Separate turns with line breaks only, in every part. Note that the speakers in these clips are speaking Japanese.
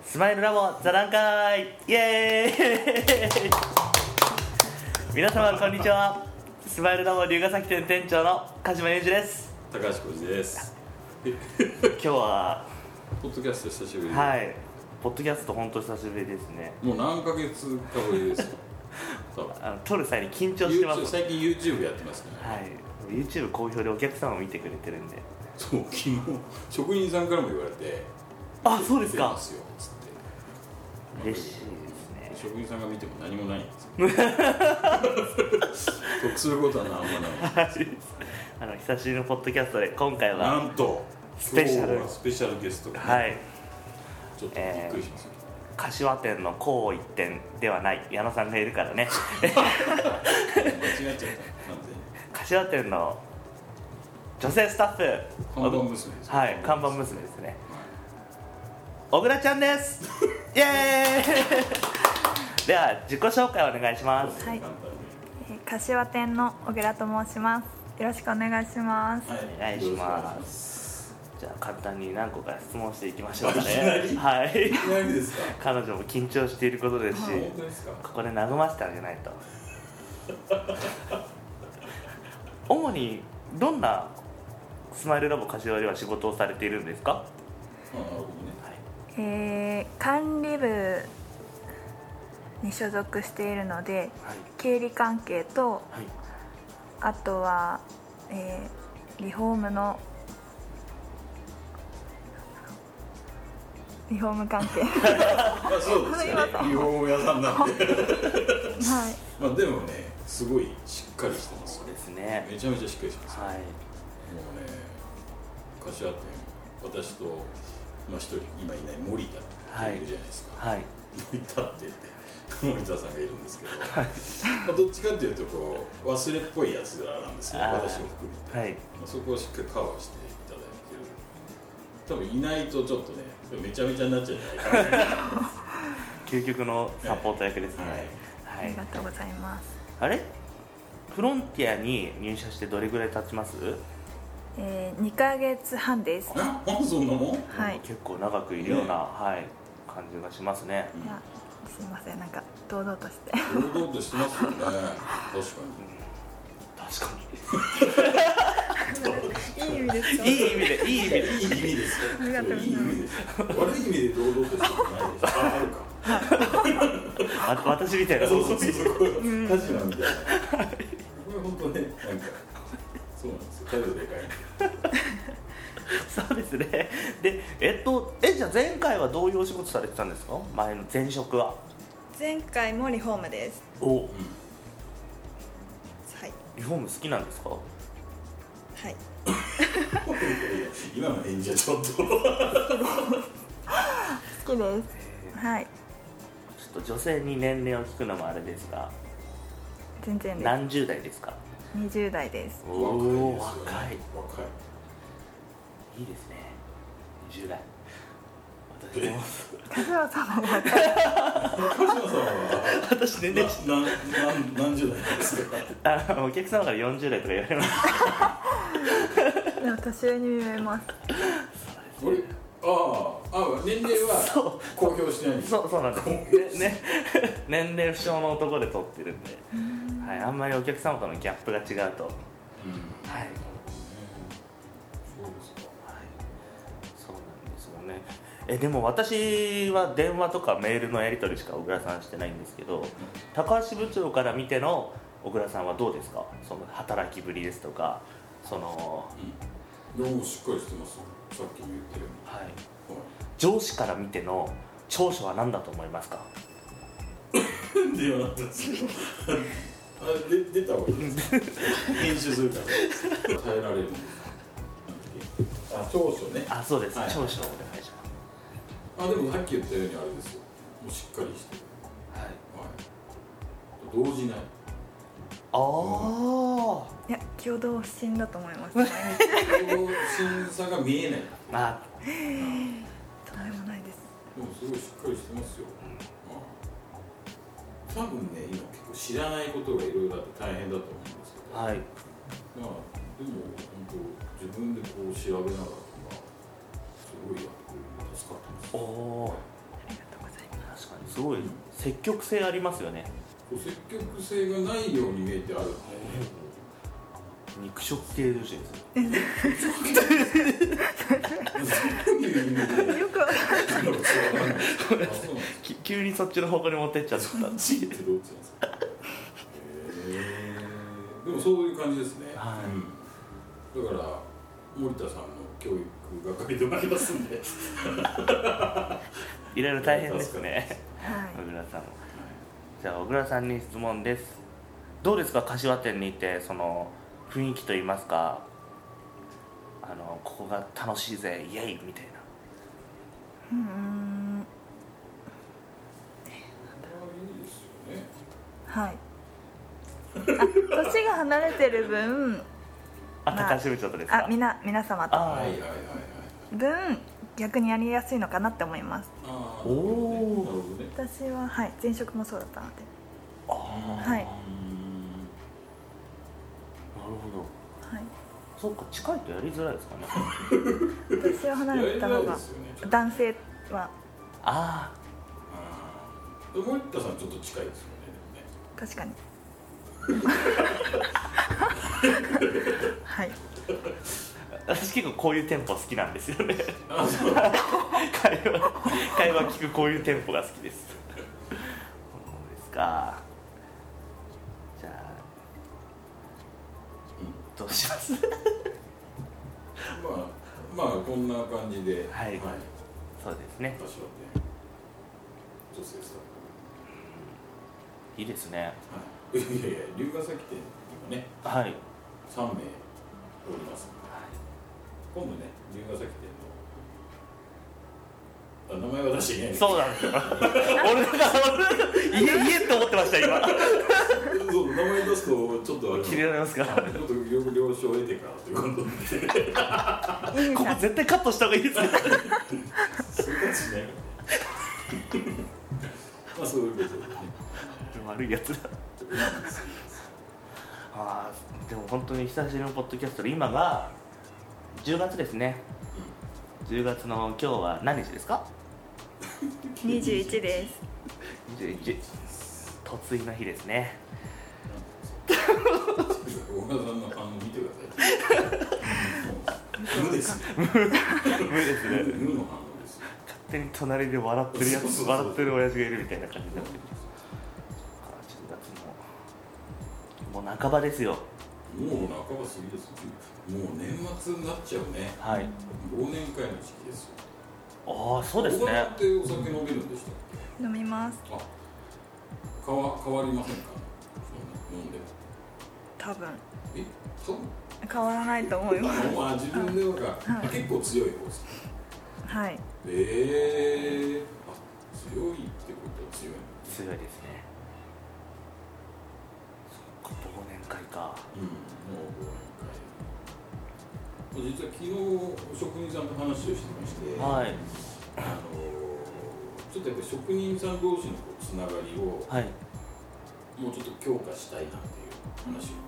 スマイルラボ座談会イエーイ皆様こんにちはスマイルラボ龍ヶ崎店店長の鹿島裕二です
高橋浩二です。
今日は
ポッドキャスト久しぶりで、
はいポッドキャスト本当久しぶりですね
もう何ヶ月かぶりです よ。多分
あの撮る際に緊張して
YouTube
ます
最近 YouTube やってますね。
はい YouTube 好評でお客さんも見てくれてるんで
そう昨日職人さんからも言われて、
あそうです
見て
か
ますよつって。
嬉しいですね
職人さんが見ても何もないん ですよ。得することは何もない。
はいあの久しぶりのポッドキャストで今回は
なんと
スペシャル
今日はスペシャルゲストがね、
はい
ちょっとびっくりしますよ。
柏店の紅一点ではない矢野さんがいるからね
間違っちゃった。完全に
柏店の女性スタッフ
看板娘です。
はい看板娘ですね小倉ちゃんです イエーイ では自己紹介お願いします
は
はいい。
簡単に
えー柏店の小倉と申しますよろしくお願いします、
は。
お願いしますじゃあ簡単に何個か質問していきましょうかね
あいき
は
なり
い
いきなりですか。
彼女も緊張していることですし
本当ですか。
ここで和ませてあげない と主にどんなスマイルラボ柏では仕事をされているんですか、
あなるほどね。
えー管理部に所属しているので
はい
経理関係と
はい
あとは、えーリフォームのリフォーム関係 は
まあそうですよね。リフォーム屋さんなんで。
い
まあでもね、すごいしっかりしてます
そ
よ
う。ですね
めちゃめちゃしっかりしてます。も
はいう
ね、柏店、私とまあ一人今いない森田っているじゃないですか。
はい
森田って森田さんがいるんですけど、まあどっちかっていうとこう忘れっぽいやつらなんですけど、
あー
私を含めて。
はい
まあそこをしっかりカバーしていただいてる多分いないとちょっとねめちゃめちゃになっちゃうんじゃないかな
究極のサポート役ですねは
あ
い、
りがとうございます、
あれフロンティアに入社してどれぐらい経ちます
え2ヶ月半です
えまだそんなもん、
はい
結構長くいるような、
ね
はい、感じがしますね
いやすいませんなんか堂々として
堂々としてますよね確か
確か
いい意味です
に いい意味でいい意味
に
で
いい意味ですよ
ありがとうござ
い
い
い意
ます
味です悪い意味で堂々としてるじゃないですかああるか
わ私みたいな
そうそうそうそうこういうカジノみたいなこれ本当ねなんかそうなんですよ態度でかいんで
そうですね。で、えっと、え、じゃあ前回はどういうお仕事されてたんですか前の前職は。
前回もリフォームです
お、
はい
リフォーム好きなんですか
はい
いやいや今の演じはちょっと
好きですはい
ちょっと女性に年齢を聞くのもあれですが、
全然です
何十代ですか
20代 です
おお、
若いですよ
若い
ね。若い
いいですね。20代。私も、
梶原さんは若い
高島さんは
私年齢知
なななん何十代なんですか
あのお客様から40代とか言われます。
でも年上に見えます
これあああ年齢
そ
は公表してないんです
そう、そうなんです。ね、ね年齢不詳の男で撮ってるんで、はい、あんまりお客様とのギャップが違うと。は
うん
い。
そうですか
はいそうなんですよねえでも私は電話とかメールのやり取りしか小倉さんしてないんですけど高橋部長から見ての小倉さんはどうですかその働きぶりですとかその、
うんでもしっかりしてますよさっきも言ってるよ
はいう
に
上司から見ての長所は何だと思いますか
なんでよなったんですけどあで出た方がいいですか編集するから耐えられるんですあ長所ね
あそうです、
はい
長所をお願いしま
あでもさっき言ったようにあれですよもうしっかりしてる
す、はい、
はい動じない
ああ、
いや共同不審だと思います毎日
審査が見えない
まあ
とんでもないです
でもすごいしっかりしてますよ、多分ね今結構知らないことがいろいろあって大変だと思うんですけど、
はい
まあでも本当自分でこう調べながらとかすごいやってくれるんで助かってます
おおすごい積極性ありますよね
こう積極性がないように見えてある
肉食系女子ですよ
そういう意味で
よくわかんない
あそうなんですかあそうなんですか
き急にそっちの方向に持ってっちゃった
そっち ってどっちなんですか。へーでもそういう感じですね。
はい
うんだから森田さんの教育係でもありますんで。
いろいろ大変ですね
はい
小倉さんもじゃあ小倉さんに質問ですどうですか柏店にいてその雰囲気といいますかあのここが楽しいぜイエイみたいな
うーんはいあ年が離れてる分
あ
まあ
高橋部長とですか
あみな皆様と
あ
はいはいはいはい。
分逆にやりやすいのかなって思います
あー
おー
なるほどね。
私ははい前職もそうだったので
あー
は
な
い
るほど
はい
そっか近いとやりづらいですかね
私は離れた
やりづ
方
らい
が
ですよねちょっと
男性は
あ
あーでも森田さんちょっと近いですよね。
確かにはい
あ私結構こういうテンポ好きなんですよね
でもねあそう。なる
会話会話聞くこういうテンポが好きですそうですかじゃあどうします
まあまあこんな感じで。
はいそうですね
私はね女性スタッフ
いいですね
はい、いやいや龍ヶ崎店にもね
はい、はい、
3名おります今度ね龍ヶ崎店のあ名前は出していない
そうなんですよ俺だから俺家家って思ってました今
そう名前出すとちょっとあれ
切れられますか
ちょっと了了承を得てからということで
いい
こ
じ
こ
ゃん
絶対カットした方がいいですね
それはしないからねまあそういうことでね
悪いやつだ あーでも本当に久しぶりのポッドキャストで今が10月ですね10月の今日は何日ですか
21です
21突入の日ですね
小川さんの反応見てください無ですね
無ですね
無の反応です
勝手に隣で笑ってるや
そうそう
つ
そう
笑ってる親父がいるみたいな感じになってるあー10月ももう半ばですよ
もう半ば過ぎですよもう年末になっちゃうね
はい
忘年会の時期ですよ
ああそうです
小
ね
川ってお酒飲めるんでしたっ
飲みます
けあ変わ変わりませんかそんな飲んでも
多分
えそう
変わらないと思います
あまあ自分では
はい
結構強い方です
はい
ええあ強いってことは強い
強いですねそっか忘年会か
うんもう忘年会実は昨日職人さんと話をしてまして
はい
あのちょっとやっぱり職人さん同士のこうつながりを
はい
もうちょっと強化したいなっていう話を、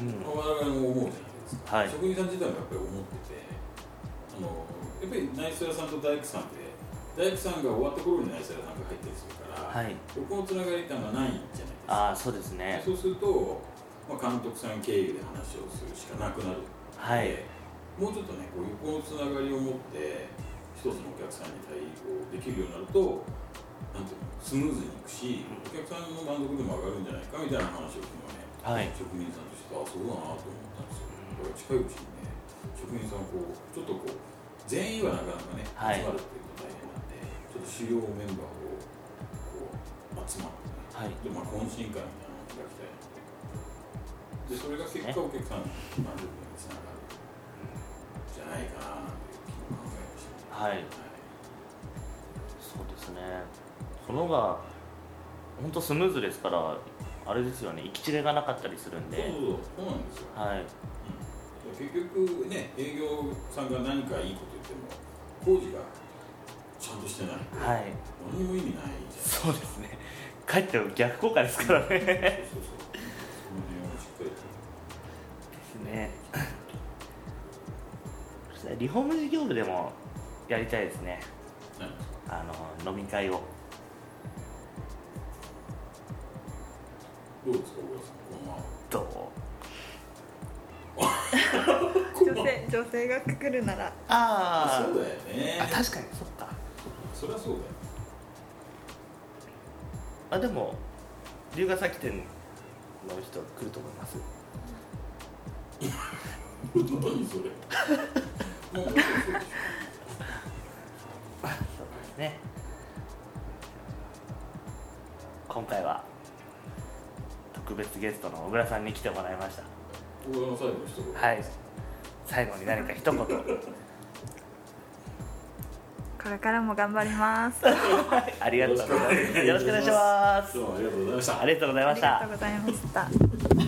うん
まあ我々も思うじゃな
はい
いですか、職人さん自体もやっぱり思っててあのやっぱり内装屋さんと大工さんって大工さんが終わった頃に内装屋さんが入ったりするから、
はい
そこのつながり感がないじゃな
あ
い
あそうです
で
ね
すかそうすると、まあ、監督さん経由で話をするしかなくなる
はい
でもうちょっとねこう横のつながりを持って一つのお客さんに対応できるようになるとなんていうのスムーズにいくしお客さんの満足度も上がるんじゃないかみたいな話を昨日ね、
はい
職人さんとしてあそうだなと思ったんですよだから近いうちにね職人さんをこうちょっとこう全員はなかなかね
はい
集まるっていうのが大変なんで、ちょっと主要メンバーをこう集まってね
はい
でまあ懇親会みたいなのを開きたいなってでそれが結果お客さんの満足につながるんじゃないかななんて
はい
昨日考えましたね
そうですねその方が本当スムーズですからあれですよね行き違いがなかったりするん
はい
で
そうそうそうなんですよ
はい
結局ね営業さんが何かいいこと言っても工事がちゃんとしてない
はい
何も意味ないじゃん
そうですね帰っても逆効果ですからねで
そうそうそうその辺をしっかりと
すねリフォーム事業部でもやりたいですね
何ですか
あの飲み会を
あどうですか小倉さんこのま
どう
女性女性がくくるなら
あ
そう
ー
だよね
あ確かにそっか
そりゃそうだよ
あでも龍ヶ崎店の人来ると思います
何それもうそうでし
そうですね今回は特別ゲストの小倉さんに来てもらいました
ょ小倉の最後の一言
はい最後に何か一言
これからも頑張ります。
ありがとうございますよろしくお願いします
どうもありがとうございました
ありがとうござい
あ
ま
り
し
が
た
とうございました。